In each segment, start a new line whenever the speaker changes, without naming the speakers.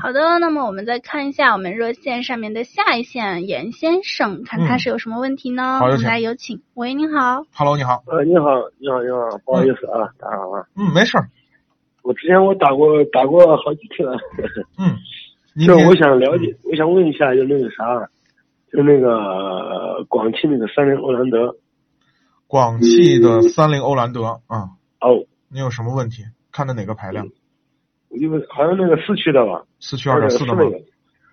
好的，那么我们再看一下我们热线上面的下一线严先生，看他是有什么问题呢？
嗯好有
我
请
们来有请。喂，您好。
Hello，你好。
呃，你好，你好，你好，不好意思啊，打扰了。
嗯，没事儿。
我之前我打过打过好几次了，
嗯，您
就是我
您
想了解，我想问一下，就那个啥，就那个、呃广汽那个三菱欧蓝德，
广汽的三菱欧蓝德啊，
哦，
你有什么问题？看的哪个排量？
因为好像那个四驱的吧，
四驱
二
二
点
点
四
四的吗
那？个，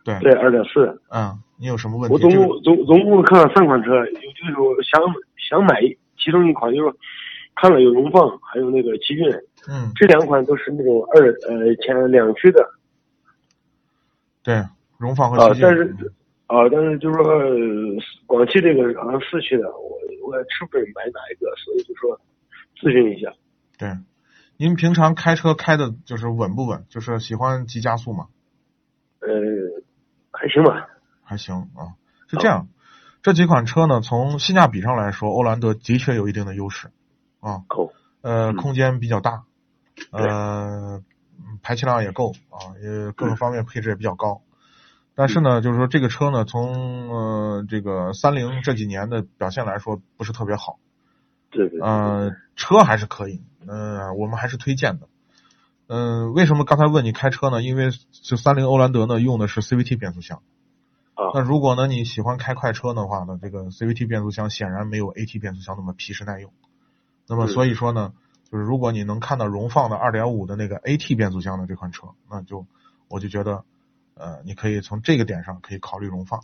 对
呃对，二点四。
嗯，你有什么问
我
题？
总
这个
共总总共看了三款车，有就是我想想买其中一款，就是看了有荣放，还有那个奇骏，
嗯，
这两款都是那种二呃前两驱的，
对，荣放和嗯
啊
奇，
但是
骏。
啊，但是就是说，呃广汽这个好像四驱的，我我也吃不准买哪一个，所以就说咨询一下。
对，您平常开车开的就是稳不稳？就是喜欢急加速吗？
呃，还行吧。
还行啊，是这样。这几款车呢，从性价比上来说，欧蓝德的确有一定的优势啊。
哦，
呃，
嗯
空间比较大，呃，嗯排气量也够啊，也各个
嗯
方面配置也比较高。但是呢，就是说这个车呢，从呃这个三菱这几年的表现来说，不是特别好。
对对对。
呃，车还是可以，呃，我们还是推荐的。嗯、为什么刚才问你开车呢？因为就三菱欧蓝德呢用的是 CVT 变速箱。
啊
那如果呢你喜欢开快车的话呢，这个 CVT 变速箱显然没有 AT 变速箱那么皮实耐用。那么
嗯
所以说呢，就是如果你能看到荣放的2.5的那个 AT 变速箱的这款车，那就我就觉得，呃，你可以从这个点上可以考虑荣放。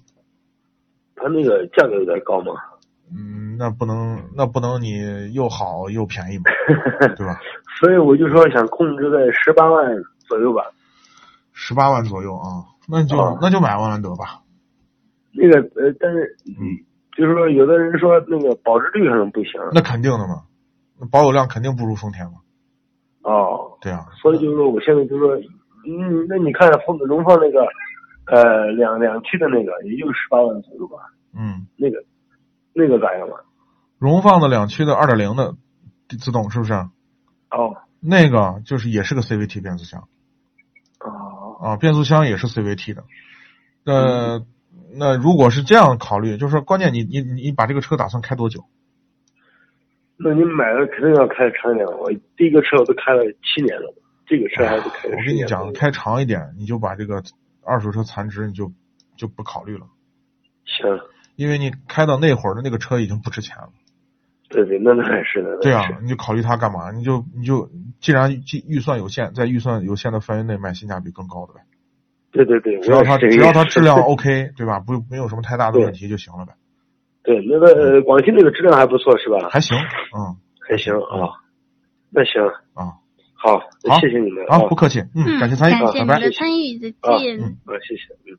它那个价格有点高嘛，
嗯，那不能那不能你又好又便宜 嘛，对吧？
所以我就说想控制在十八万左右吧。
十八万左右啊，那就、
啊
那就买欧蓝德吧。
那个呃，但是
嗯
就是说，有的人说那个保值率可能不行。
那肯定的嘛，那保有量肯定不如丰田嘛。
哦，
对啊，
所以就是说，我现在就说，嗯，那你看丰荣放那个，呃，两两驱的那个，也就十八万左右吧。
嗯，
那个那个咋样嘛？
荣放的两驱的二点零的自动是啊不是？
哦
那个就是也是个 CVT 变速箱
哦
啊，变速箱也是 CVT 的。呃，那如果是这样考虑，就是说关键你你你把这个车打算开多久？
那你买了肯定要开长一点。我第一个车我都开了七年了，这个车还是开了
哎我
十
跟你
年了。
讲，开长一点，你就把这个二手车残值你就就不考虑了，
行，
因为你开到那会儿的那个车已经不值钱了。
对对，那那也是的。
对
那
啊
也呃是，
你就考虑它干嘛？你就你就既然既预算有限，在预算有限的范围内买性价比更高的呗。
对对对，
只要它
我也是这个
只要它
意思
质量 OK，对吧？不没有什么太大的问题就行了呗。
对，那个呃广汽那个质量还不错是吧？
嗯还行，嗯
还行啊，那行
啊
好
好，
谢谢你们
啊，不客气，嗯，
嗯，
感谢参与，
感谢
拜
您
拜。
的参与，再
啊
见。
嗯
啊，谢谢嗯。